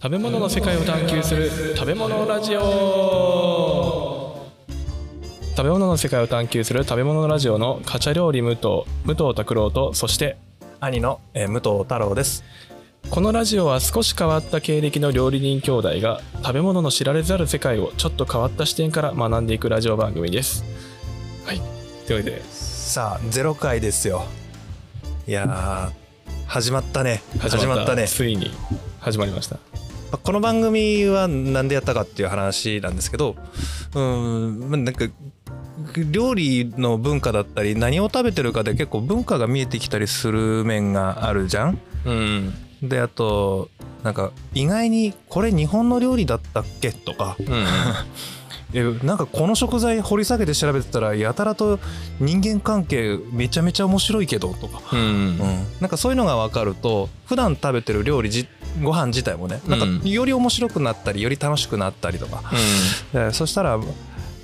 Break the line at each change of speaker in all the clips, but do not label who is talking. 食べ物の世界を探求する食べ物ラジオ食べ物の世界を探求する食べ物ラジオのカチャ料理武藤武藤拓郎とそして
兄の、えー、武藤太郎です
このラジオは少し変わった経歴の料理人兄弟が食べ物の知られざる世界をちょっと変わった視点から学んでいくラジオ番組ですはいというわけで
さあゼロ回ですよいやー始まったね始まったね
ついに始まりました
この番組はなんでやったかっていう話なんですけどうんまあなんか料理の文化だったり何を食べてるかで結構文化が見えてきたりする面があるじゃん
うん
であとなんか意外にこれ日本の料理だったっけとか
うん
えなんかこの食材掘り下げて調べてたらやたらと人間関係めちゃめちゃ面白いけどとか、
うん
なんかそういうのが分かると普段食べてる料理じご飯自体もねなん
うん
かより面白くなったりより楽しくなったりとか、えそしたら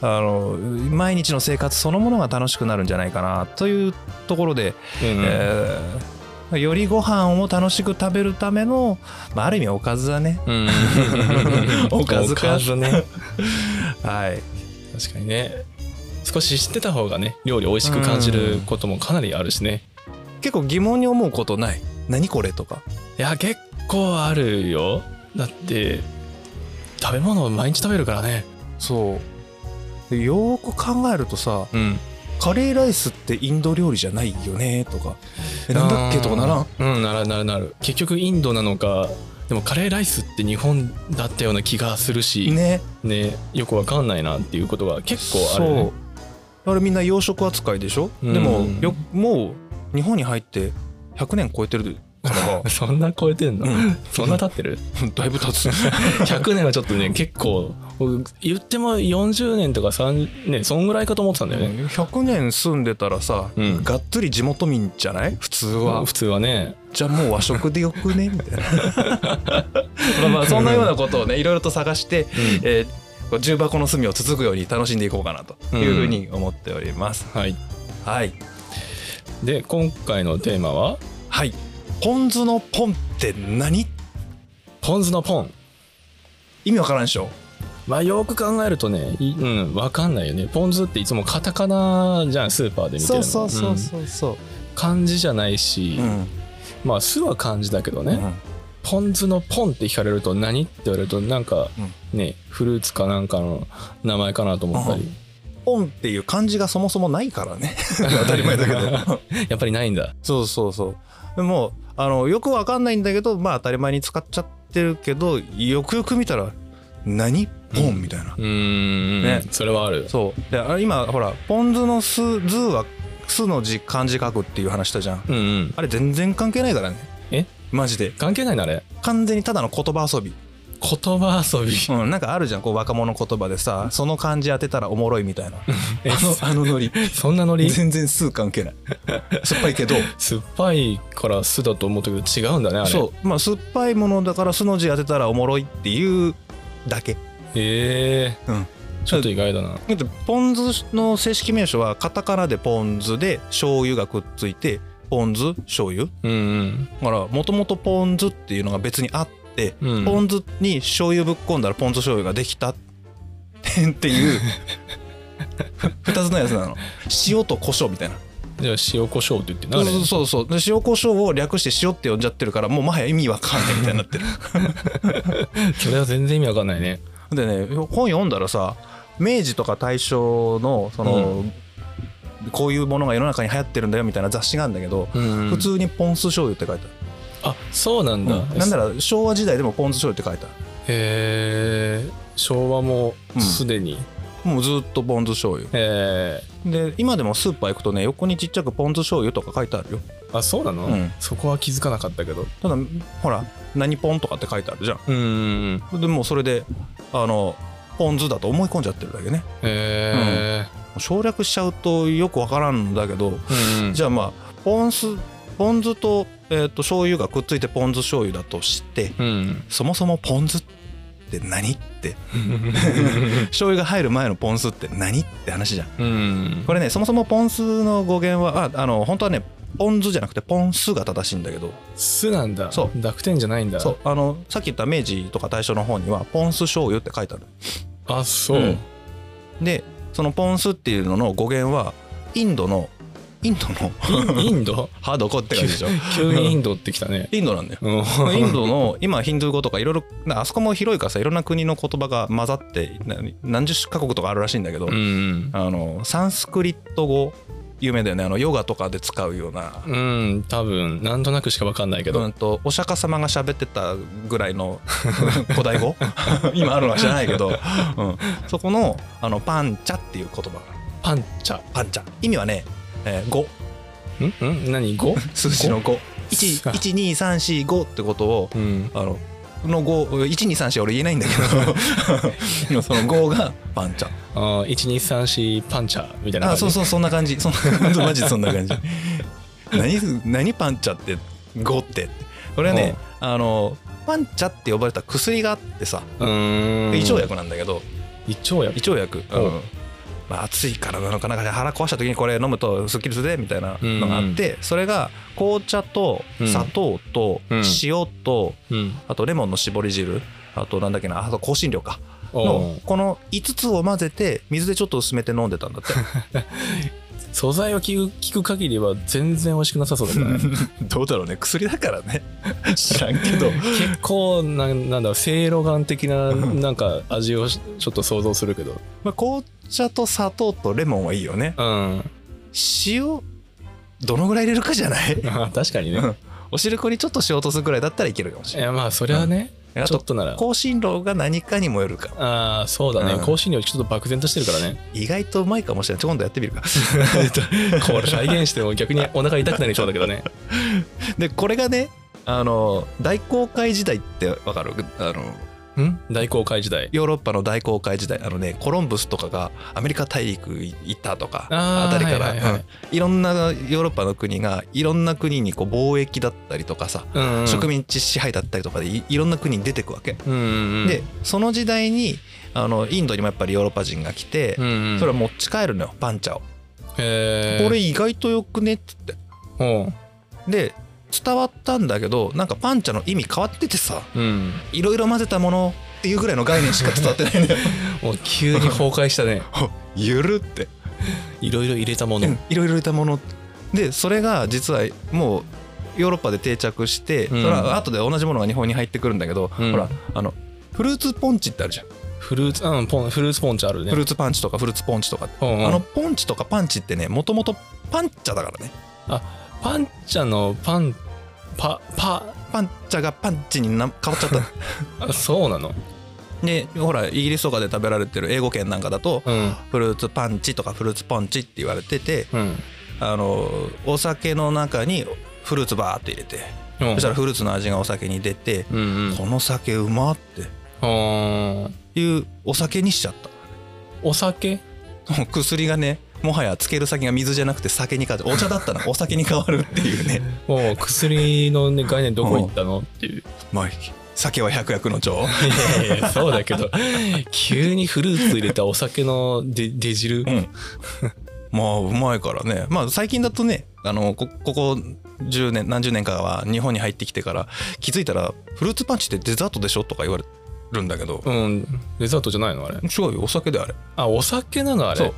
あの毎日の生活そのものが楽しくなるんじゃないかなというところで、
うんうん
えーよりご飯を楽しく食べるための、まあ、ある意味おかずだね。
うん、
おかずか
ね
はい、
確かにね少し知ってた方がね料理美味しく感じることもかなりあるしね、
結構疑問に思うことない何これとか
いや結構あるよだって食べ物を毎日食べるからね
そうでよーく考えるとさ
うん
カレーライスってインド料理じゃないよねとかえなんだっけとかならん
うんならなるなる結局インドなのかでもカレーライスって日本だったような気がするしね
ね
よくわかんないなっていうことが結構あるね
そうあれみんな洋食扱いでしょ、
うん
でもよもう日本に入って100年超え てるから
そんな超えてんの、
うん
そんな経って る
だいぶ経つ
100年はちょっとね結構言っても40年とか3ねそんぐらいかと思ってたんだよね、
100年住んでたらさ、
うん
がっつり地元民じゃない普通は、
普通はね
じゃあもう和食でよくねみたいな まあまあそんなようなことをねいろいろと探して
うん
えーこう重箱の隅をつつくように楽しんでいこうかなというふうに思っております。
はい
はい、
で今回のテーマは
はい、ポン酢のポンって何
ポン酢のポン
意味わからんでしょ
まあよく考えるとねいうんわかんないよねポン酢っていつもカタカナじゃんスーパーで見てる
そ
の
うそうそうんそうそ
漢字じゃないし、
う。うん
まあ酢は漢字だけどね、
うん
ポン酢のポンって聞かれると何って言われるとなんかねフルーツかなんかの名前かなと思ったり、
ポンっていう漢字がそもそもないから ね当たり前だけ ど
やっぱりないんだ
そうそうそうでもあのよくわかんないんだけどまあ当たり前に使っちゃってるけどよくよく見たら何ポンみたいな
うーん、
ね
それはある
そうであ今ほらポン酢の酢「酢」は「酢」の字漢字書くっていう話したじゃん
うんうん
あれ全然関係ないからね
え
マジで
関係ないなあれ
完全にただの言葉遊び、
言葉遊び
うん、なんかあるじゃんこう若者言葉でさその漢字当てたらおもろいみたい なあ
え
のあのノリ
そんなノリ
全然酢関係ない酸っぱいけど
酸っぱいから酢だと思ったけど違うんだねあれ
そうまあ酸っぱいものだから酢の字当てたらおもろいっていうだけ
ええ
うん
ちょっと意外だな
だってポン酢の正式名称はカタカナでポン酢で醤油がくっついてポン酢醤油
うんうん
だからもともとポン酢っていうのが別にあっ
う
て、
ん
ポン酢に醤油ぶっ込んだらポン酢醤油ができたって いう二つのやつなの塩と胡椒みたいな
じゃあ塩コショウって言ってな
そ
あ
う
れ
そうそうそうで塩胡椒を略して塩って呼んじゃってるからもうもはや意味わかんないみたいになってる
それは全然意味わかんないね
でね本読んだらさ明治とか大正のその、こういうものが世の中に流行ってるんだよみたいな雑誌があるんだけど、
うん
普通にポン酢醤油って書いて
あそうなん
あ
だ、
る、うんなんなら昭和時代でもポン酢醤油って書いてある
へえ昭和もすでに、
もうずっとポン酢醤油
え
で今でもスーパー行くとね横にちっちゃくポン酢醤油とか書いてあるよ
ーあそうなの、
うん
そこは気づかなかったけど
ただほら何ポンとかって書いてあるじゃ
うんうん
んでもうそれであのポン酢だと思い込んじゃってるだけね
え
省略しちゃうとよくわからんんだけど、
ーうん
じゃあまあポン酢ポン酢と,、えー、と醤油がくっついてポン酢醤油だとして
うん
そもそもポン酢って 何って醤油が入る前のポン酢って何って話じゃん
うん
これねそもそもポン酢の語源はああの本当はねポン酢じゃなくてポン酢が正しいんだけど
酢なんだ
そ
濁点じゃないんだ
そうあのさっき言った明治とか大正の方にはポン酢醤油って書いてある
あそう、
うんでそのポン酢っていうのの語源はインドのインドの
インド
ハードコって感じでしょ
急にインドってきたね
インドな んだよ
うん
まあインドの今ヒンドゥー語とかいろいろなあそこも広いからさいろんな国の言葉が混ざってな何十カ国とかあるらしいんだけど、
うん
あのサンスクリット語有名だよねあのヨガとかで使うような、
うん多分なんとなくしか分かんないけど、
うん、とお釈迦様が喋ってたぐらいの 古代語 今あるのは知らない けど、うん、そこのあのパンチャっていう言葉がある
パンチャ
パンチャ意味はね、えー、5
んん何 5?
数字の
あ
51234ってことを
うん
あのの5 1234俺言えないん だけどその5がパンチャ
あー1234パンチャみたいな
あ
感じ
そうそうそんな感じそんな感じマジそんな感じ 何何パンチャって5ってこれはねあのパンチャって呼ばれた薬があってさ
うーん
胃腸薬なんだけど
胃腸
胃
薬
腸薬、う
お
んまあ、暑いからなのかなんか腹壊した時にこれ飲むとすっきりするぜみたいなのがあってそれが紅茶と
うん
砂糖と
うん
塩と
うん
あとレモンの絞り汁あとなんだっけなあと香辛料か
お
の
う
この5つを混ぜて水でちょっと薄めて飲んでたんだって
素材を聞く聞く限りは全然美味しくなさそうだね
どうだろうね薬だから ね知らんけど
結構ななんだろうせいろがん的ななんか味をしちょっと想像するけど
まあ紅茶と砂糖とレモンはいいよね
うん
塩どのぐらい入れるかじゃ ない
まあ 確かにね
うんお汁粉にちょっと塩落とすぐらいだったらいけるかもし
い
れな
やまあそれはね、
いあ
ちょっ
と
と なら
香辛料が何かにもよるか
ああそうだね、
うん
香辛料ちょっと漠然としてるからね
意外とうまいかもしれないちょ今度やって みるか
これ再現しても逆にお腹痛くなりそうだけどね
でこれがねあの大航海時代ってわかるあの
ん大航海時代
ヨーロッパの大航海時代あのねコロンブスとかがアメリカ大陸行ったとか
あー
あたりから、
はいいはいはい
うんいろんなヨーロッパの国がいろんな国にこう貿易だったりとかさ、
うんうん
植民地支配だったりとかでいいろんな国に出てくわけ、
うんうんうん
でその時代にあのインドにもやっぱりヨーロッパ人が来て、
うんうん、
それは持ち帰るのよパンチャを、
へー
これ意外とよくねっつって
おう
で伝わったんだけどなんかパンチャの意味変わっててさ
うん
いろいろ混ぜたものっていうぐらいの概念しか伝わってない んだよ
もう急に崩壊した ね
ゆるって
いろいろ入れたもの、
うんいろいろいたものでそれが実はもうヨーロッパで定着して、
うん
それは後で同じものが日本に入ってくるんだけど、
うん
ほらあのフルーツポンチってあるじゃん、
フルーツうんポンフルーツポンチあるね
フルーツパンチとかフルーツポンチとかって、
うんうん
あのポンチとかパンチってねもともとパンチャだからね
パンチャのパンパパ
パンチャがパンチにな変わっちゃった
あそうなの
でほらイギリスとかで食べられてる英語圏なんかだと、
うん
フルーツパンチとかフルーツポンチって言われてて
うん
あのお酒の中にフルーツバーって入れて、
うん
そしたらフルーツの味がお酒に出て、
うんうん
この酒うまって
あー
いうお酒にしちゃっ
お酒
た もう薬がねもはやつける先が水じゃなくて酒に変わってお茶だったらお酒に変わるってい うね
もう薬の、ね、概念どこ行ったのっていう
まあ酒は百薬の長
いやいやそうだけど急にフルーツ入れたお酒ので出汁
うんまあうまいからねまあ最近だとねあのこここ10年何十年かは日本に入ってきてから気づいたらフルーツパンチってデザートでしょとか言われるんだけど
うんデザートじゃないのあれ
違うよお酒であれ
あお酒なのあれ
そう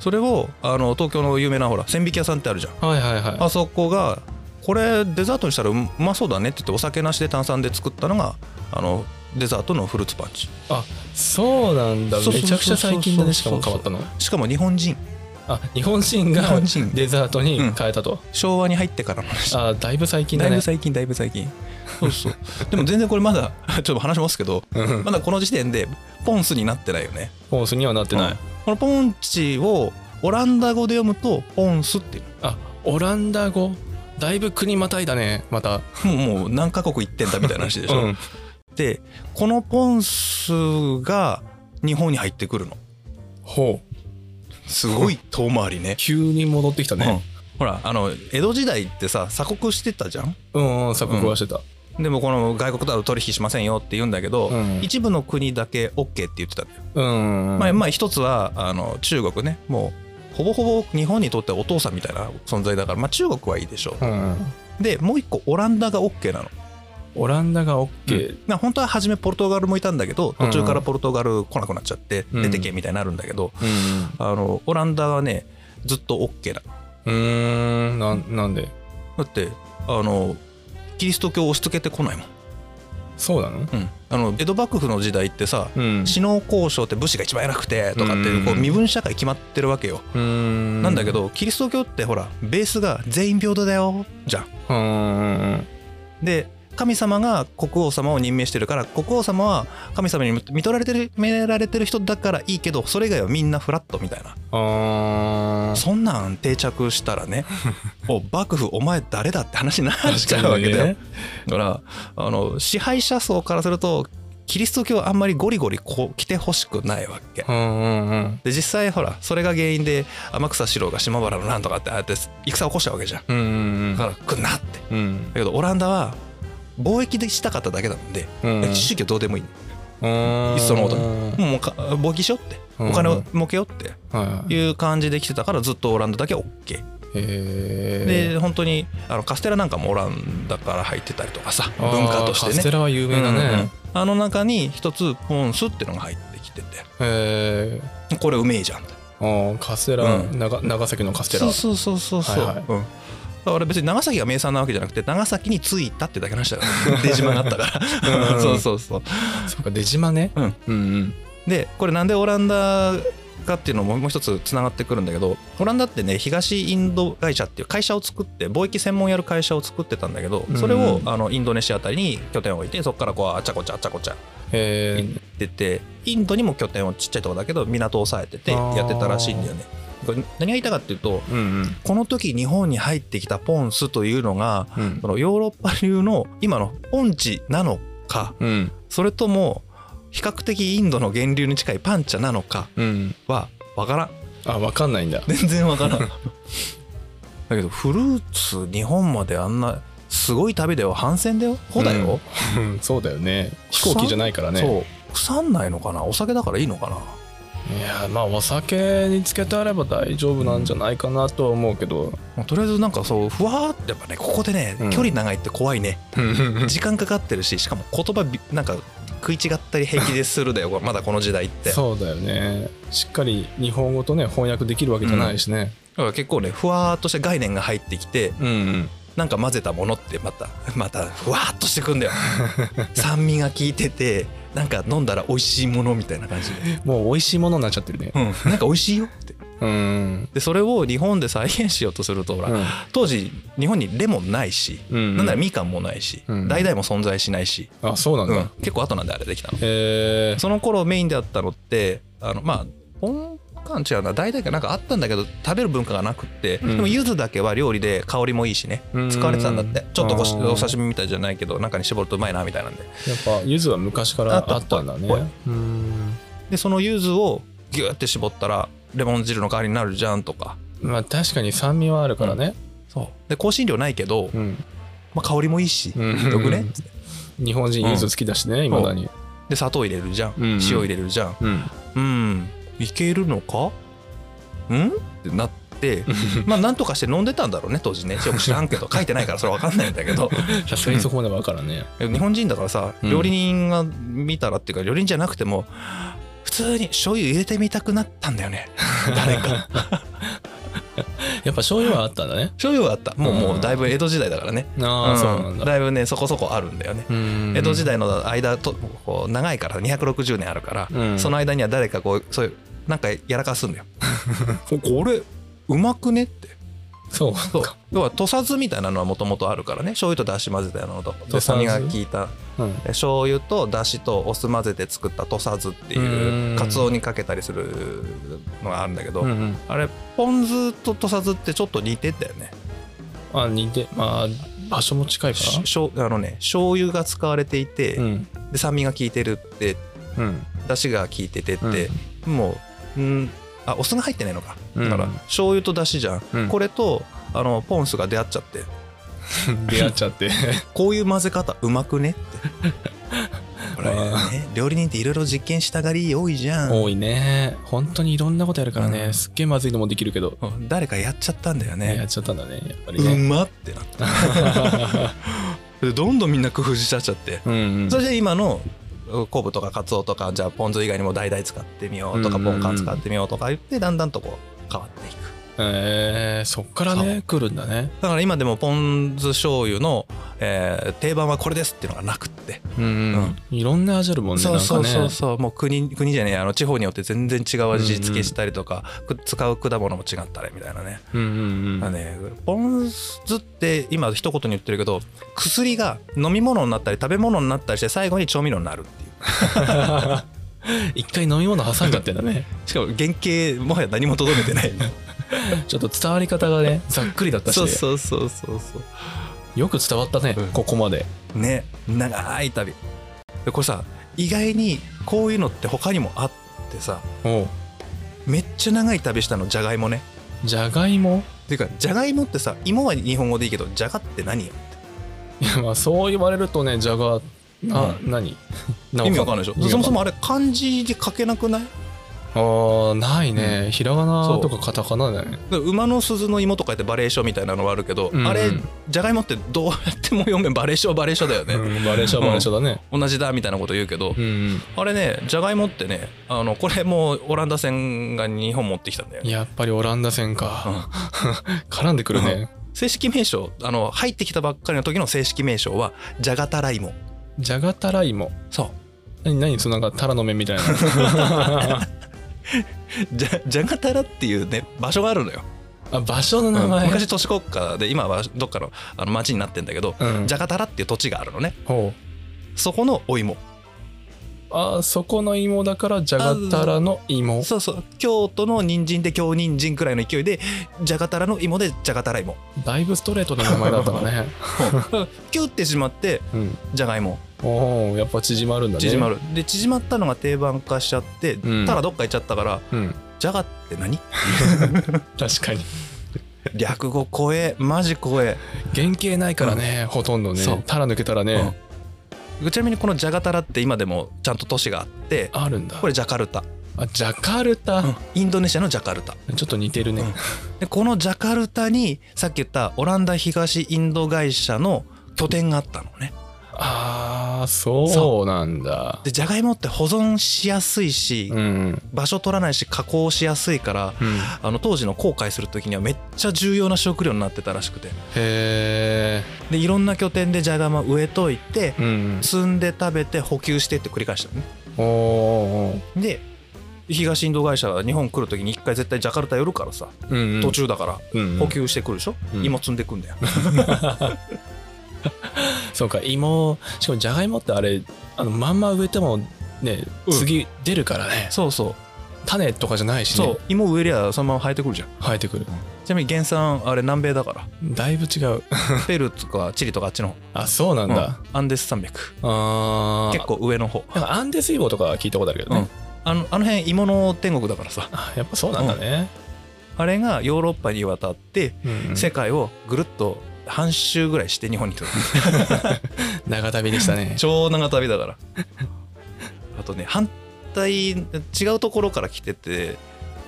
それをあの東京の有名なほら千引き屋さんってあるじゃん
はいはいは
あそこがこれデザートにしたらうまそうだねって言ってお酒なしで炭酸で作ったのがあのデザートのフルーツパンチ
いあそうなんだ
そうそうそう
めちゃくちゃ最近だねし
そ
かも
うそう
変わったの
しかも日本人
あ日本人が
日本人
デザートに変えたと、
昭和に入ってからの話
あだいぶ最近
だ
だ
い
ね
ぶ最近だいぶ最近そうそうでも全然これまだ ちょっと話しますけど
うん
まだこの時点でポンスになってないよね
コースにはなってない、
うんこのポンチをオランダ語で読むとポンスっていう
あオランダ語だいぶ国またいだねまた
もうもう何カ国行ってんだみたいな話でし
う
ょ、
ん
でこのポンスが日本に入ってくるの
ほう
すごい遠回りね
急に戻ってきたね
うん、ほらあの江戸時代ってさ鎖国してたじゃん
うん、うん、鎖国はしてた、
でもこの外国とは取引しませんよって言うんだけど、
うん
一部の国だけ OK って言ってたんだよ、
うんうんうん
まあ、まあ一つはあの中国ねもうほぼほぼ日本にとってはお父さんみたいな存在だから、まあ、中国はいいでしょ
うんうん、
うでもう一個オランダが OK なの
オランダが
うん
OK、
な本当は初めポルトガルもいたんだけど途中からポルトガル来なくなっちゃって
うん
出てけみたいになるんだけど、
うん
あのオランダはねずっと OK だ
うーんななんで
だってあのキリスト教を押し付けてこないもん、
そうなの
うん、あの江戸幕府の時代ってさ
うん
首脳交渉って武士が一番偉くてとかっていうこ
う
うん身分社会決まってるわけよ、
うーん
なんだけどキリスト教ってほらベースが全員平等だよじゃん
うんうんうん
で神様が国王様を任命してるから国王様は神様に見とられてる見られてる人だからいいけどそれ以外はみんなフラットみたいな、
あー
そんなん定着した らねもう幕府お前誰だって話になっちゃうわけだよ、
確かにね
だからあの支配者層からするとキリスト教はあんまりゴリゴリこう来てほしくないわけ
うんうんうん
で実際ほらそれが原因で天草四郎が島原のなんとかってああやって戦を起こしたわけじゃん
うんうん
だから来んなってだ
うんうん
けどオランダは貿易でしたかっただけなので、
うん
宗教どうでもいい
うん
いっそのこと
うん
もうか貿易しようって
うん
お金を儲けようって
はい
いう感じで来てたからずっとオランダだけは OK
へ
で本当にあのカステラなんかもオランダから入ってたりとかさ
ー
文化として
あー
ね
カステラは有名だ
うんう
ね
んあの中に一つポンスってのが入ってきてて
へ
これうめえじゃん
ーあーカステラ
うん
長長崎のカステラ
そうそうそうそうそう、
はいはい
うんだから別に長崎が名産なわけじゃなくて長崎に着いたってだけの話だから 出島があったか
うん
ら そうそうそう
そうか出島ね
うん
うん
でこれなんでオランダかっていうのももう一つつながってくるんだけどオランダってね東インド会社っていう会社を作って貿易専門やる会社を作ってたんだけどそれ
うん
をあのインドネシアあたりに拠点を置いてそこからこうあちゃこちゃあちゃこちゃ
へ
行っててインドにも拠点をちっちゃいとこだけど港を押さえててやってたらしいんだよね。これ何が言いたいかっていうと
うんうん
この時日本に入ってきたポンスというのが
うん
そのヨーロッパ流の今のポンチなのか
うん
それとも比較的インドの源流に近いパンチャなのか
うん
は分からん
あわかんないんだ
全然分からんだけどフルーツ日本まであんなすごい旅だよ帆船だよ帆だよ、
うんそうだよね飛行機じゃないからね
そう腐んないのかなお酒だからいいのかない
やまあお酒につけてあれば大丈夫なんじゃないかなとは思うけ ど
まあとりあえずなんかそうふわーってやっぱねここでね、
うん
距離長いって怖いね時間かかってるししかも言葉びなんか食い違ったり平気でするだよこれまだこの時代って
そうだよねしっかり日本語とね翻訳できるわけじゃないしね
だから結構ねふわーっとした概念が入ってきて
うんうん
なんか混ぜたものってまた またふわーっとし てくんだよ酸味が効いててなんか飲んだら美味しいものみたいな感じで、
もう美味しいものになっちゃってるね
うん、なんか美味しいよって
うん
でそれを日本で再現しようとするとほら、
うん
当時日本にレモンないし、
うん
なんならみかんもないし、
うん
大々も存在しないし、
あそうなん
う
だ
ん、結構後なんであれできたの
へえ
その頃メインであったのってあのまあポンカン違うな大体がなんかあったんだけど食べる文化がなくって、
うん
でも柚子だけは料理で香りもいいしね
うん
使われてたんだってちょっとこし
あー
お刺身みたいじゃないけど中に絞るとうまいなみたいなんで
やっぱ柚子は昔からあったんだね
あったっ
うん
でその柚子をギューって絞ったらレモン汁の代わりになるじゃんとか
まあ確かに酸味はあるからね
そうで香辛料ないけど、
うん
まあ、香りもいいし
うん
毒ね
日本人柚子好きだしねいまだに
で砂糖入れるじゃん、
うんうん
塩入れるじゃん
うん
うんいけるのかうんって なってまあなんとかして飲んでたんだろうね当時ねよく知らんけど書いてないからそれわかんないんだけど
さすがにそこまでは分からんね
日本人だからさ
うん
料理人が見たらっていうか料理人じゃなくても普通に醤油入れてみたくなったんだ よね誰か
やっぱ醤油はあったんだね
醤油はあったもう
うん
もうだいぶ江戸時代だからね
ああ
ん
そうなんだ
だいぶねそこそこあるんだよね江
江
戸時代の間とこう長いから260年あるから、
うん
その間には誰かこうそういうなんかやらかすんだ よおこれうまくねって
そう
そう要は土佐酢みたいなのはもともとあるからね醤油とだし混ぜたようなのと
土
で
佐酢
酸味が効いた
うん
え醤油とだしとお酢混ぜて作った土佐酢っていううんカツオにかけたりするのがあるんだけど、
うんうん
あれポン酢と土佐酢ってちょっと似てったよね
あ似てまあ場所も近いか
ししょうあのね醤油が使われていて、
らうん
で酸味が効いてるって
うん
出汁が効いててって、もううんあお酢が入ってないのか
うん
だから醤油と出汁じゃん、
うん
これとあのポン酢が出会っちゃって
出会っちゃって
こういう混ぜ方うまくねってこれね料理人っていろいろ実験したがり多いじゃん
多いね本当にいろんなことやるからね、
うん
すっげえまずいのもできるけど、
うん誰かやっちゃったんだよ
やっ
ね
ちゃったんだねやっぱり
う
ね、
まってなっ たでどんどんみんな工夫しちゃっちゃって、
うん、うん
そして今の昆布とかカツオとかじゃあポン酢以外にも代々使ってみようとか
うんうん
ポ
うん
ンカン使ってみようとか言ってだんだんとこう変わっていく
えー、そっからね来るんだね
だから今でもポン酢醤油の、えー定番はこれですっていうのがなくって
うん、いろんな味あるもんね
そうそう
な
そ
ん
う
かね
そうもう国国じゃねえあの地方によって全然違う味付けしたりとか、く使う果物も違ったりみたいなね,、
うんうんう
あ
ん
のねポン酢って今一言に言ってるけど薬が飲み物になったり食べ物になったりして最後に調味料になるっていう
一回飲み物挟んじゃってんだね
しかも原型もはや何もとどめてない
ちょっと伝わり方がねざっくりだったし
そ
ね、
うそうそうそうそ
よく伝わったね、
うん
ここまで
うね長い旅でこれさ意外にこういうのって他にもあってさ
お
めっちゃ長い旅したのじゃがいもね
じゃがいも
っていうかじゃがいもってさ芋は日本語でいいけどじゃがって何よ
い やまあそう言われるとねじゃがあ、何
意味わかんないでしょそもそもあれ漢字で書けなくない
もあーないね、ひらがなとか
そ
カタカナだね
馬の鈴の芋とかってバレーションみたいなのはあるけど、
うん
あれじゃがいもってどうやっても読めんバレーションバレーションだよね、
うん、バレーションバレーションだね
同じだみたいなこと言うけど、
うん、
あれねじゃがいもってねあのこれもオランダ船が日本持ってきたんだよね、
やっぱりオランダ戦か、 絡んでくるね、
正式名称あの入ってきたばっかりの時の正式名称はじゃがたらいも
じゃがたらいも
そう
何何そのなんかタラの芽みたいな
じゃじゃがたらっていうね場所があるのよ、
あ場所の名前、
昔都市国家で今はどっかのあの町になってんだけど、
うん
じゃがたらっていう土地があるのね
ほう
そこのお芋
あそこの芋だからじゃがたらの芋
そうそう京都の人参で京人参くらいの勢いでじゃがたらの芋でじゃがたら芋
だいぶストレートな名前だったわ ね、
キュってしまって
うん、
じゃがいも
おおやっぱ縮まるんだね
縮まる、で縮まったのが定番化しちゃって、
うん
たらどっか行っちゃったから
うん
じゃがって何
確かに
略語怖えマジ怖え、
原型ないからね、ほとんどね
そう
タラ抜けたらね、
うんちなみにこのじゃがたらって今でもちゃんと都市があって
あるんだ
これジャカルタ、
あジャカルタ、
インドネシアのジャカルタ
ちょっと似てるね、
うんでこのジャカルタにさっき言ったオランダ東インド会社の拠点があったのね
ああそ
そう
なんだ
でじゃがいもって保存しやすいし、
うん
場所取らないし加工しやすいから
うん、へ
あの当時の航海する時にはめっちゃ重要な食料になってたらしくて
え、
でいろんな拠点でじゃがいも植えといて
うん、
積んで食べて補給してって繰り返したのね
おーおー
で東インド会社は日本来る時に一回絶対ジャカルタ寄るからさ
おーうんうん
途中だから
うんうん
補給してくるでしょ、
うん
芋積んでくんだよ
そうか芋しかもじゃがいもってあれあのまんま植えてもね
うん
次出るからね、
そうそう
種とかじゃないしね
そう芋植えりゃそのまま生えてくるじゃん
生えてくる
ちなみに原産あれ南米だから
だいぶ違う
ペルーとかチリとかあっちの方
あそうなんだ、
うんアンデス山脈
ああ
結構上の方
なんかアンデスイボとかは聞いたことあるけどね、
うんあのあの辺芋の天国だからさ
あやっぱそうなんだね、
あれがヨーロッパに渡って
うん
世界をぐるっと半周ぐらいして日 本に来る
長旅でした ね
超長旅だからあとね反対違うところから来てて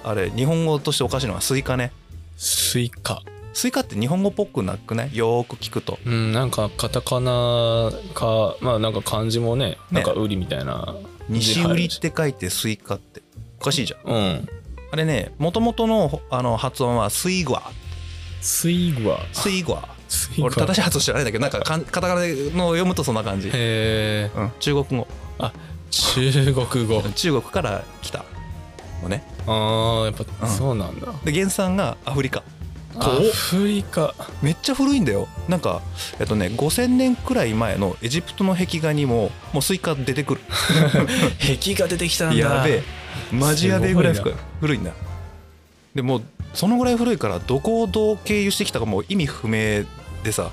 あれ日本語としておかしいのはスイカね
スイカ
スイカって日本語っぽくなくないよーく聞くと
うんなんかカタカナかまあなんか漢字もねなんかウリみたいな
西売りって書いてスイカっておかしいじゃん
うん
あれねもともとのあの発音はスイグア
スイグア
スイグア
スイグア
俺正しい発音知らないんだけどなんかかんカタカナの読むとそんな感じ、
へえ
うん、中国語
中国語
中国から来たのね
ああやっぱ
うん
そうなんだ、
で原産がアフリカ
アフリカ
めっちゃ古いんだよなんかえっとね5,000年くらい前のエジプトの壁画にももうスイカ出てくる
壁が出てきたんだ
やべえマジやべえぐらい
すごい
古い古いんだでもうそのぐらい古いからどこをどう経由してきたかもう意味不明でさ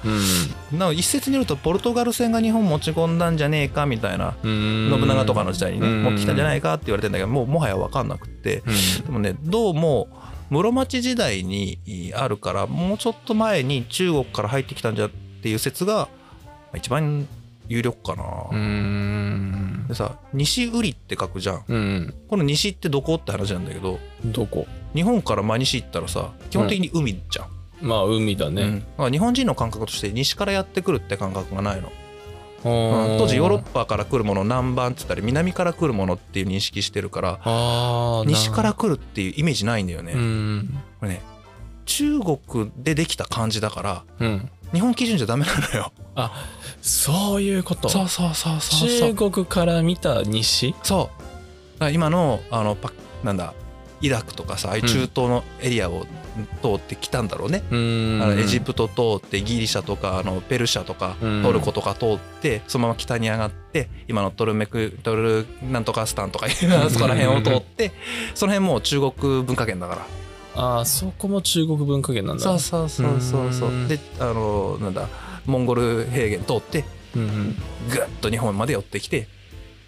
うん
なお一説によるとポルトガル船が日本持ち込んだんじゃねえかみたいな
うん
信長とかの時代にね
うん
持ってきたんじゃないかって言われてんだけどもうもはや分かんなくって
うん
でもねどうも室町時代にあるからもうちょっと前に中国から入ってきたんじゃっていう説が一番有力かな、
うんうん
でさ西瓜って書くじゃん
うん
この西ってどこって話なんだけど
うんどこ
日本から真西行ったらさ基本的に海じゃん、
まあ海だ
うん
ね、
だから日本人の感覚として西からやってくるって感覚がないの、
う
うん
ん
当時ヨーロッパから来るものを南蛮っつったり南から来るものっていう認識してるから
あーな
西から来るっていうイメージないんだよね、
うん
これね中国でできた漢字だから
うん
日本基準じゃダメなのよ
そういうこと
うそうそう
中国から見た西
そうだから今のあのパなんだイラクとかさああいう中東のエリアを通ってきたんだろうね、
うん
あのエジプト通ってギリシャとかあのペルシャとか
うん
トルコとか通ってそのまま北に上がって今のトルメクトルなんとかスタンとかいう あそこら辺を通ってその辺もう中国文化圏だから
ああそこも中国文化圏なんだ
そうそうそうそうそう
うん
であのなんだモンゴル平原通って
うんうん
ぐっと日本まで寄ってきて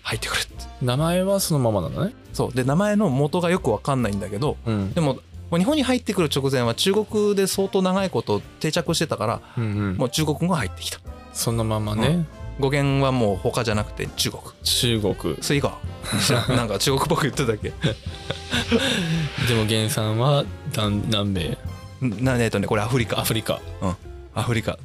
入ってくるって
名前はそのままなんだね
そうで名前の元がよくわかんないんだけど
うん
でももう日本に入ってくる直前は中国で相当長いこと定着してたから
うんうん
もう中国語が入ってきた
そのままね、
う語源はもう他じゃなくて中国
中国
それ以外 なんか中国っぽく言ってたっけ
でも原産は南南米
なえっとねこれアフリ
ア
カ
フリカ
アフリカ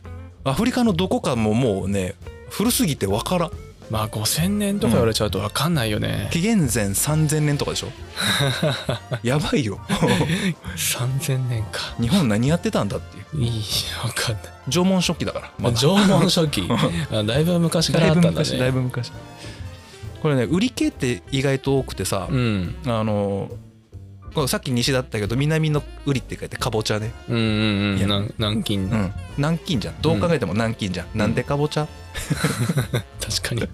アフリカのどこかももうね古すぎてわからん
まあ5,000年とか言われちゃうと分かんないよね、
紀元前3000年とかでしょやばいよ
3,000年か
日本何やってたんだっていう
いい分かんない、
縄文初期だから、
まあ、
だ
縄文初 期あだいぶ昔からあったんだね
だいぶ昔だいぶ昔これね売り系って意外と多くてさ、
うん、
あのさっき西だったけど南の売りって書いてかぼちゃね、
うんうん
いうや
んなん南京、
うん、南京じゃんどう考えても南京じゃん、なんでかぼちゃ、
確 かに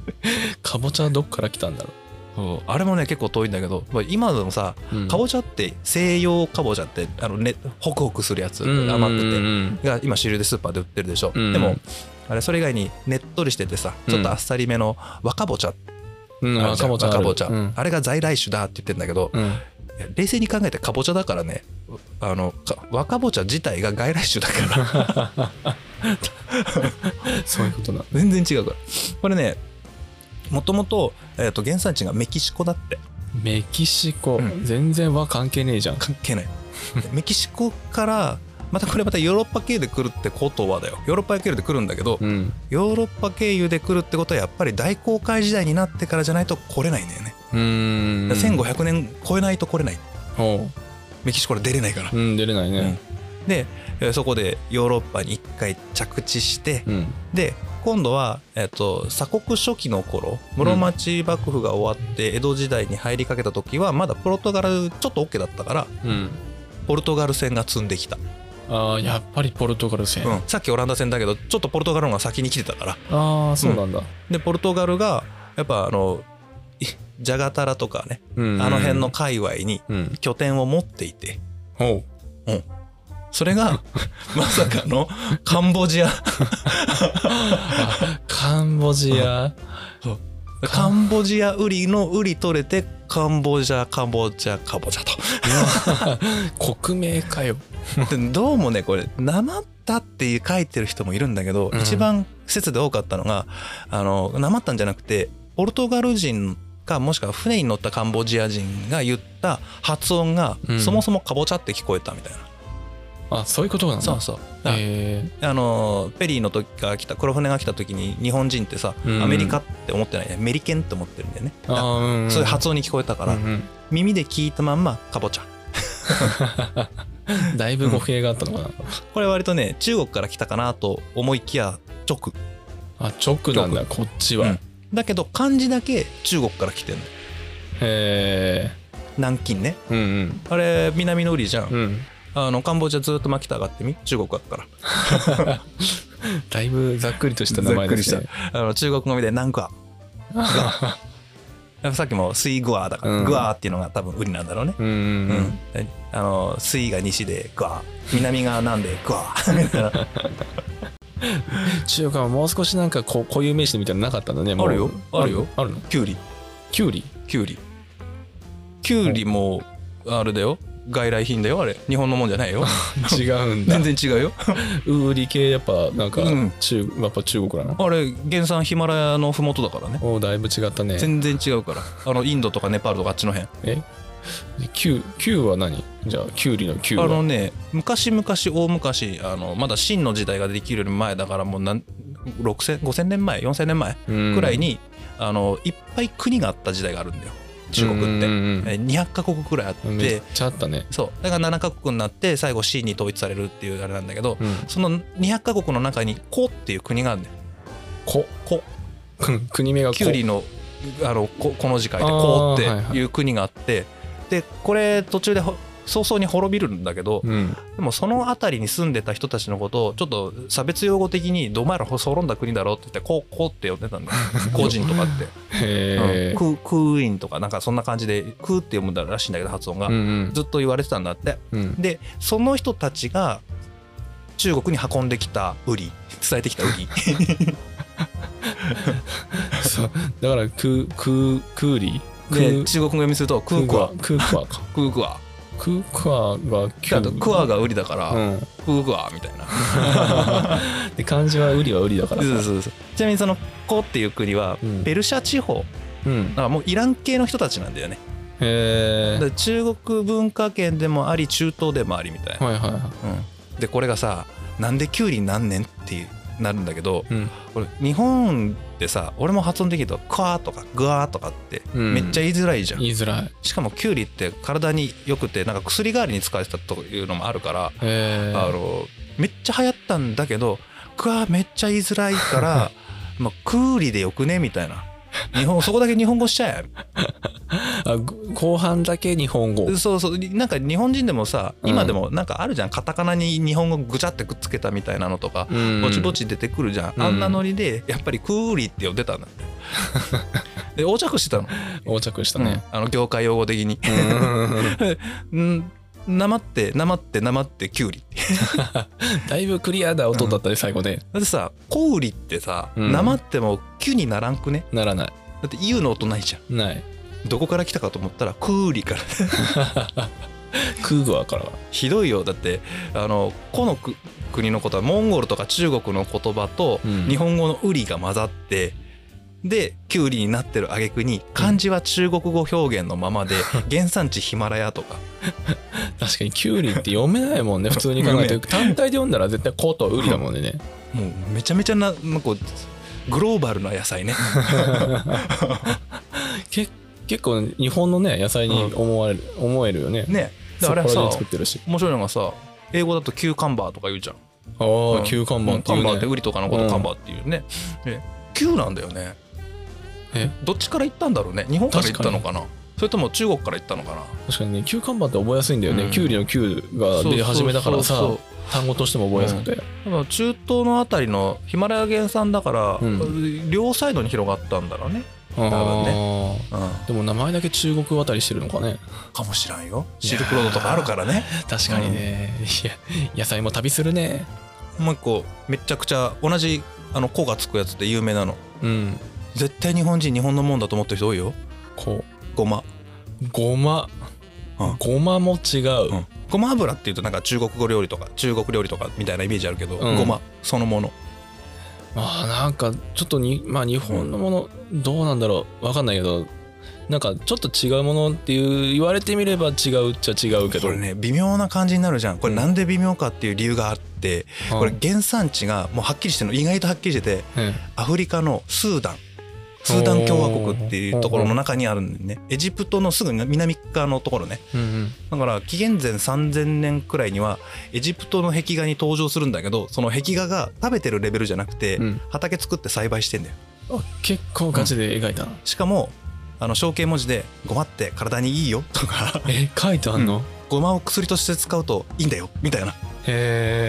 かぼちゃどっから来たんだろ
そうあれもね結構遠いんだけどまあ今でもさ
う、うん、
かぼ
ち
ちゃって西洋かぼちゃってあの、ね、ホクホクするやつ甘くて、
て
が今主流でスーパーで売ってるでしょ、
うん
でもあれそれ以外にねっとりしててさちょっとあっさりめの若ぼちゃ
うん
あるじ
か
ゃん
ぼちゃある
若ぼちゃ、
うん
あれが在来種だって言ってんだけど、
うん
いや冷静に考えてかぼちゃだからねあのか若ぼちゃ自体が外来種だから
そういうことなんだ
全然違うからこれねもともと,、えー、と原産地がメキシコだって
メキシコ、
うん
全然和関係ねえじゃん
関係ない メキシコからまたこれまたヨーロッパ経由で来るってことはだよヨーロッパ経由で来るんだけど、
うん
ヨーロッパ経由で来るってことはやっぱり大航海時代になってからじゃないと来れないんだよね、
うーん
1500年超えないと来れない
お
メキシコから出れないから
う、うん、出れないね
うんでえーそこでヨーロッパに一回着地して、
うん
で今度は、えっと鎖国初期の頃室町幕府が終わって江戸時代に入りかけた時はまだポルトガルちょっと OK だったから
うん
ポルトガル戦が積んできた、
ああやっぱりポルトガル戦、
うんさっきオランダ戦だけどちょっとポルトガルの方が先に来てたから
ああそうなんだ、
でポルトガルがやっぱあのいジャガタラとかね
うん
あの辺の界隈に
うん
拠点を持っていて
おう
それがまさかのカンボジア
あカンボジア
カンボジアウリのウリ取れてカンボジアカンボジアカンボジアと。
国名かよ
でどうもねこれ「なまった」って書いてる人もいるんだけど、
うん
一番説で多かったのがあのなまったんじゃなくてポルトガル人かもしくは船に乗ったカンボジア人が言った発音が、
うん
そもそもかぼちゃって聞こえたみたいな、
あそういうことなんだ
そうそうだ
へ
から
え
あのペリーの時が来た黒船が来た時に日本人ってさ、
うん
アメリカって思ってないねメリケンって思ってるんだよね
あーうんん
そういう発音に聞こえたから、
うん
耳で聞いたまんまかぼちゃ
うんだいぶ語弊があったのかな、
これ割とね中国から来たかなと思いきや直
あ直なんだこっちは、
うんだけど漢字だけ中国から来てんの
へえ
南京ね
うん
あれ南の売りじゃん、
うんうん
あのカンボジアずっと巻きた上がってみ中国だから
だいぶざっくりとした名前です
ざっ
ね
くりしたあの中国語みで 南瓜さっきも水グアだから、
うん
グアっていうのが多分売りなんだろうね、
うん
う
うんんうん
あの水が西でグア南が南でグ アみたいな
中華はもう少しなんかこうこういう名詞みたいなのなかったんだねもう
あるよあるよ
あるの
キュウリ
キュウリ
キュウリキュウリもあれだよ外来品だよあれ日本のもんじゃな いよ
違うんだ
全然違うよ
ウーリ系やっぱなんか
うん
中、やっぱ中国なの
あれ原産ヒマラヤの麓だからね
おーだいぶ違ったね
全然違うからあのインドとかネパールとかあっちの辺
えキュキュウは何じゃあキュウリのキュ
あ
ウ
の
は
ね昔々大昔あのまだ秦の時代ができるより前だからもうなん6000 5000年前4000年前く
く
らいに、あのいっぱい国があった時代があるんだよ中国って、
うんうんうん
え200カ国くらいあって、
めっちゃあったね
そうだから7カ国になって最後秦に統一されるっていうあれなんだけど、
うん
その200カ国の中に「コ」っていう国があるんだよ
こ
「コ」
国名がこ
キュウリのあのここの字書いて「
あー
コ」っ
はいは
て
い
いう国があって、でこれ途中でほ早々に滅びるんだけど、
うん
でもその辺りに住んでた人たちのことをちょっと差別用語的に「お前ら滅んだ国だろ」って言って「こうこう」って呼んでたん だよ個人とかって
へえ
うんククーインとかなんかそんな感じで「クー」って読むんだらしいんだけど発音が、
うん
ずっと言われてたんだって
うんうん
でその人たちが中国に運んできたウリ伝えてきたウ リ
そうだからクククーリ
で
ク
中国語読みすると「クークワ」
クークワか
「クークワ
クークワが」キ
あと「クワ」がウリだから
う
「
ん
クークワ」みたい な
で漢字はウリはウリだから
そうそうそうちなみにその「コ」っていう国は
うん
ペルシャ地方
うん
だからもうイラン系の人たちなんだよね
へえ
だから中国文化圏でもあり中東でもありみたいな、
はいはいは
うん、でこれがさなんでキュウリなんねんってなるんだけど
いうん
これ日本でさ俺も発音できると「クワ」とか「グワ」とかって
うん
めっちゃ言いづらいじゃん、
言いづらい
しかもキュウリって体によくてなんか薬代わりに使われてたというのもあるから、
へ
あ
え
のめっちゃ流行ったんだけど「クワ」めっちゃ言いづら いから「まあ、クーリ」でよくねみたいな日本そこだけ日本語しちゃえ
あぐ後半だけ日本語
そうそうなんか日本人でもさ
うん
今でもなんかあるじゃん、カタカナに日本語ぐちゃってくっつけたみたいなのとか、
うん
ぼちぼち出てくるじゃん、
うん
あんなノリでやっぱりクーリーって呼んでたんだっ てで横着してたの,、
横着した
ね
ね、
あの業界用語的に
うん
うんなまってなまってなまってキュウリって
だいぶクリアな音だったり最後で
だってさコウリってさ
うん
なまってもキュにならんくね
ならない
だって「U」の音ないじゃん
ない
どこから来たかと思ったらクーリから
クーグアからは
ひどいよだってあのこのく国のことはモンゴルとか中国の言葉と
うん
日本語の「ウリ」が混ざってでキュウリになってる挙句に漢字は中国語表現のまま で原産地ヒマラヤとか
確かにキュウリって読めないもんね普通に考えて
読
単体で読んだら絶対コとウリだもんね
もうめちゃめちゃななんかグローバルな野 菜ね
け結構日本のね野菜に思われる、思えるよね
ね
そ
であ
こ
れ
ら
は
辺
さ
で作ってるし
面白いのがさ英語だとキューカンバーとか言うじゃん
ああ、
うん
キュウカンバンっていう
カ
ね
ンバーってウリとかのことカンバーっていうねでキューなんだよね
え
どっちから行ったんだろうね日本から行ったのかなそれとも中国から行ったのかな
確かにねキュウカンバンって覚えやすいんだよね、
うん
キュウリのキュウが
そうそうそう
出始めだからさ
そう
単語としても覚えやすくて、
だから中東のあたりのヒマラヤ原産だから、
うん
両サイドに広がったんだろうね、
あ
分
あ
うん、
でも名前だけ中国渡りしてるのかね
かもしらんよシルクロードとかあるから ね
確かにね、いや野菜も旅するね
もう一個めっちゃくちゃ同じあの「こ」がつくやつで有名なの
うん
絶対日本人日本のもんだと思ってる人多いよ
こ
ごま
うごま
うん
ごまも違う、
うんごま油っていうとなんか中国語料理とか中国料理とかみたいなイメージあるけど、
うん
ごまそのもの
まあなんかちょっとに、まあ、日本のものどうなんだろうわかんないけどなんかちょっと違うものっていう言われてみれば違うっちゃ違うけど
これね微妙な感じになるじゃんこれなんで微妙かっていう理由があって
うん
これ原産地がもうはっきりしてるの意外とはっきりしてて
うん
アフリカのスーダンスーダン共和国っていうところの中にあるんでねエジプトのすぐ南側のところね
うんうん
だから紀元前3000年くらいにはエジプトの壁画に登場するんだけどその壁画が食べてるレベルじゃなくて
うん
畑作って栽培してんだよ
あ結構ガチで描いたな、
しかもあの象形文字で「ごまって体にいいよ」とか
え書いてあんの、
「ごまを薬として使うといいんだよ」みたいな
へ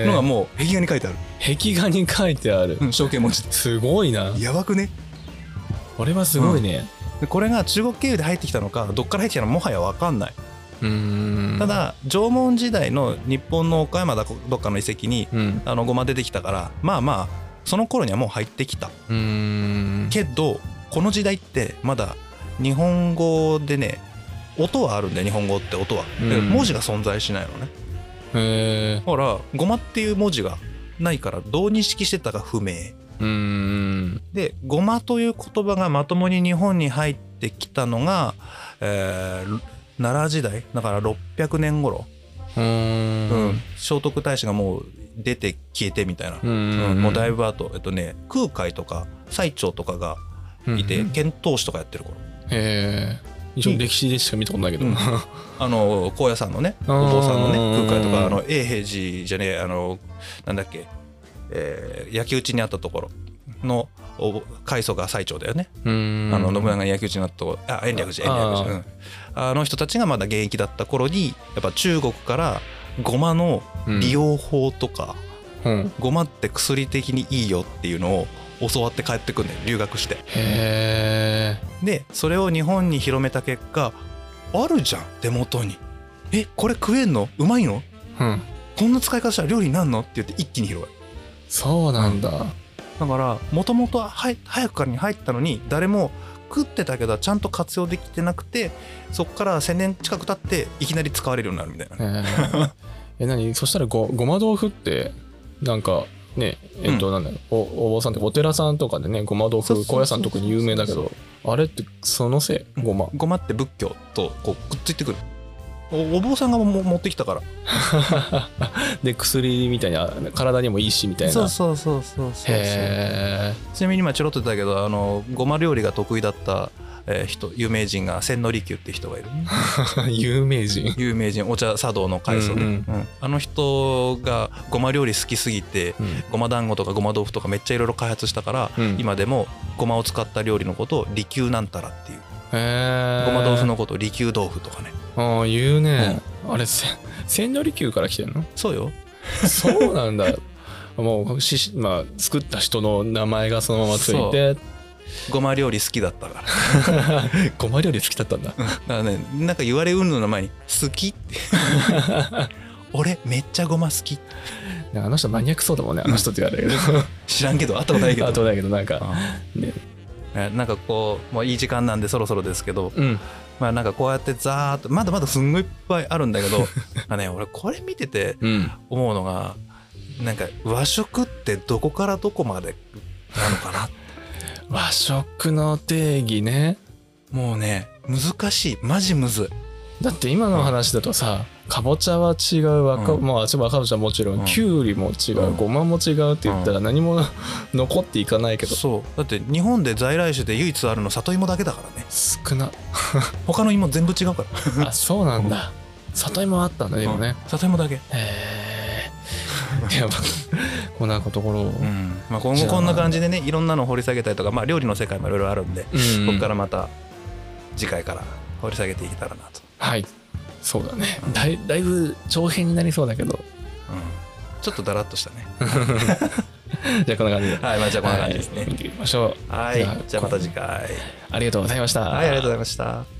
え
のがもう壁画に書いてある、
壁画に書いてある、
うん、象形文字です
ごいな
やばくね
これはすごいね
でこれが中国経由で入ってきたのかどっから入ってきたのかもはや分かんない
うんん
ただ縄文時代の日本の岡山だどっかの遺跡に
うん
あのゴマ出てきたからまあまあその頃にはもう入ってきた
うん
けどこの時代ってまだ日本語でね音はあるんだよ日本語って音は、で
うん
文字が存在しないのね
へえ
だから「ごま」っていう文字がないからどう認識してたか不明
うーん
で「ごま」という言葉がまともに日本に入ってきたのが、えー奈良時代だから600年頃、
うーん
うん聖徳太子がもう出て消えてみたいな、
うんうん
うんもうだいぶ後えっとね空海とか最澄とかがいて、
うんへ
遣唐使とかやってる頃
え一応歴史でしか見たことないけど、
うんあの高野山のねお父さんの
う
ね
ん
空海とかあの永平寺じゃねえあのなんだっけ、えー焼き討ちにあったところのお開祖が最澄だよね、
うん
あの信長が焼き討ちになったところあ延暦寺
あ
延暦寺うんあの人たちがまだ現役だった頃にやっぱ中国からごまの利用法とか、
うん
ごまって薬的にいいよっていうのを教わって帰ってくんだよ留学して
へえ
でそれを日本に広めた結果あるじゃん手元にえこれ食えんのうまいの
うん
こんな使い方したら料理になるのって言って一気に広がる
そうなんだ、
だからもともと早くからに入ったのに誰も食ってたけどちゃんと活用できてなくてそこから1,000年近く経っていきなり使われるようになるみたいな、
えー え何そしたらごごま豆腐ってなんかねえっとなんだろう、おお坊さんってお寺さんとかでねごま豆
そうそ
腐
うそう
高野山特に有名だけどあれってそのせいごま
ごまって仏教とこうくっついてくるおお坊さんがも持ってきたから
で薬みたいな体にもいいしみたいな
そうそうそうそうそう
へえ
ちなみに今チロッと出たけどあのごま料理が得意だった、えー人有名人が千利休って人がいる
有名人
有名人お茶茶道の開祖で、
うん
うんあの人がごま料理好きすぎて
うん
ごま団子とかごま豆腐とかめっちゃいろいろ開発したから、
うん
今でもごまを使った料理のことを利休なんたらっていう
へえ
ごま豆腐のことを利休豆腐とかね
ああ言うね、あれせ千利休から来てんの
そうよ
そうなんだもうし、まあ、作った人の名前がそのままついて
ごま料理好きだったからだか
ごま料理好きだったんだ
らねなんか言われうんぬの前に「好き」って 俺めっちゃごま好き
なんかあの人マニアックそうだもんね、あの人って言われ るけ
知らんけど会ったことない け
ど。
ど
あとだけど、なんか、ね、
えなんかこうもういい時間なんでそろそろですけど、
うん。
まあ、なんかこうやってザーッとまだまだすんごいいっぱいあるんだけど まあ、ね、俺これ見てて
うん。
思うのがなんか和食ってどこからどこまでなのかな
和食の定義ね。
もうね難しいマジむず
だって今の話だとさ、かぼちゃは違う、わか、
うん
まあ、ちょっとかぼちゃはもちろ、
うんん
きゅうりも違
う
う、
ん
ごまも違うって言ったら何も 残っていかないけ
い
ど、
そうだって日本で在来種で唯一あるの里芋だけだからね
少な。
他の芋全部違うから
あ、そうなんだ。里芋あったんだ、でもね。
うん里芋だけ、
へえ。 いや、まあこんなところを。
う
うん
まあ、今後こんな感じでねいろんなの掘り下げたりとか、まあ、料理の世界もいろいろあるんで、
ん
ここからまた次回から掘り下げていけたらなと。
はい。そうだね。だいだいぶ長編になりそうだけど。
うんちょっとだらっとしたね。
じゃあ、こんな感じで。
はい、まあ、じゃあこんな感じです
はい見
ね。
ていきましょう。
はい、じゃあまた次
回。
回。はい、
ありがとうございました。
ありがとうございました。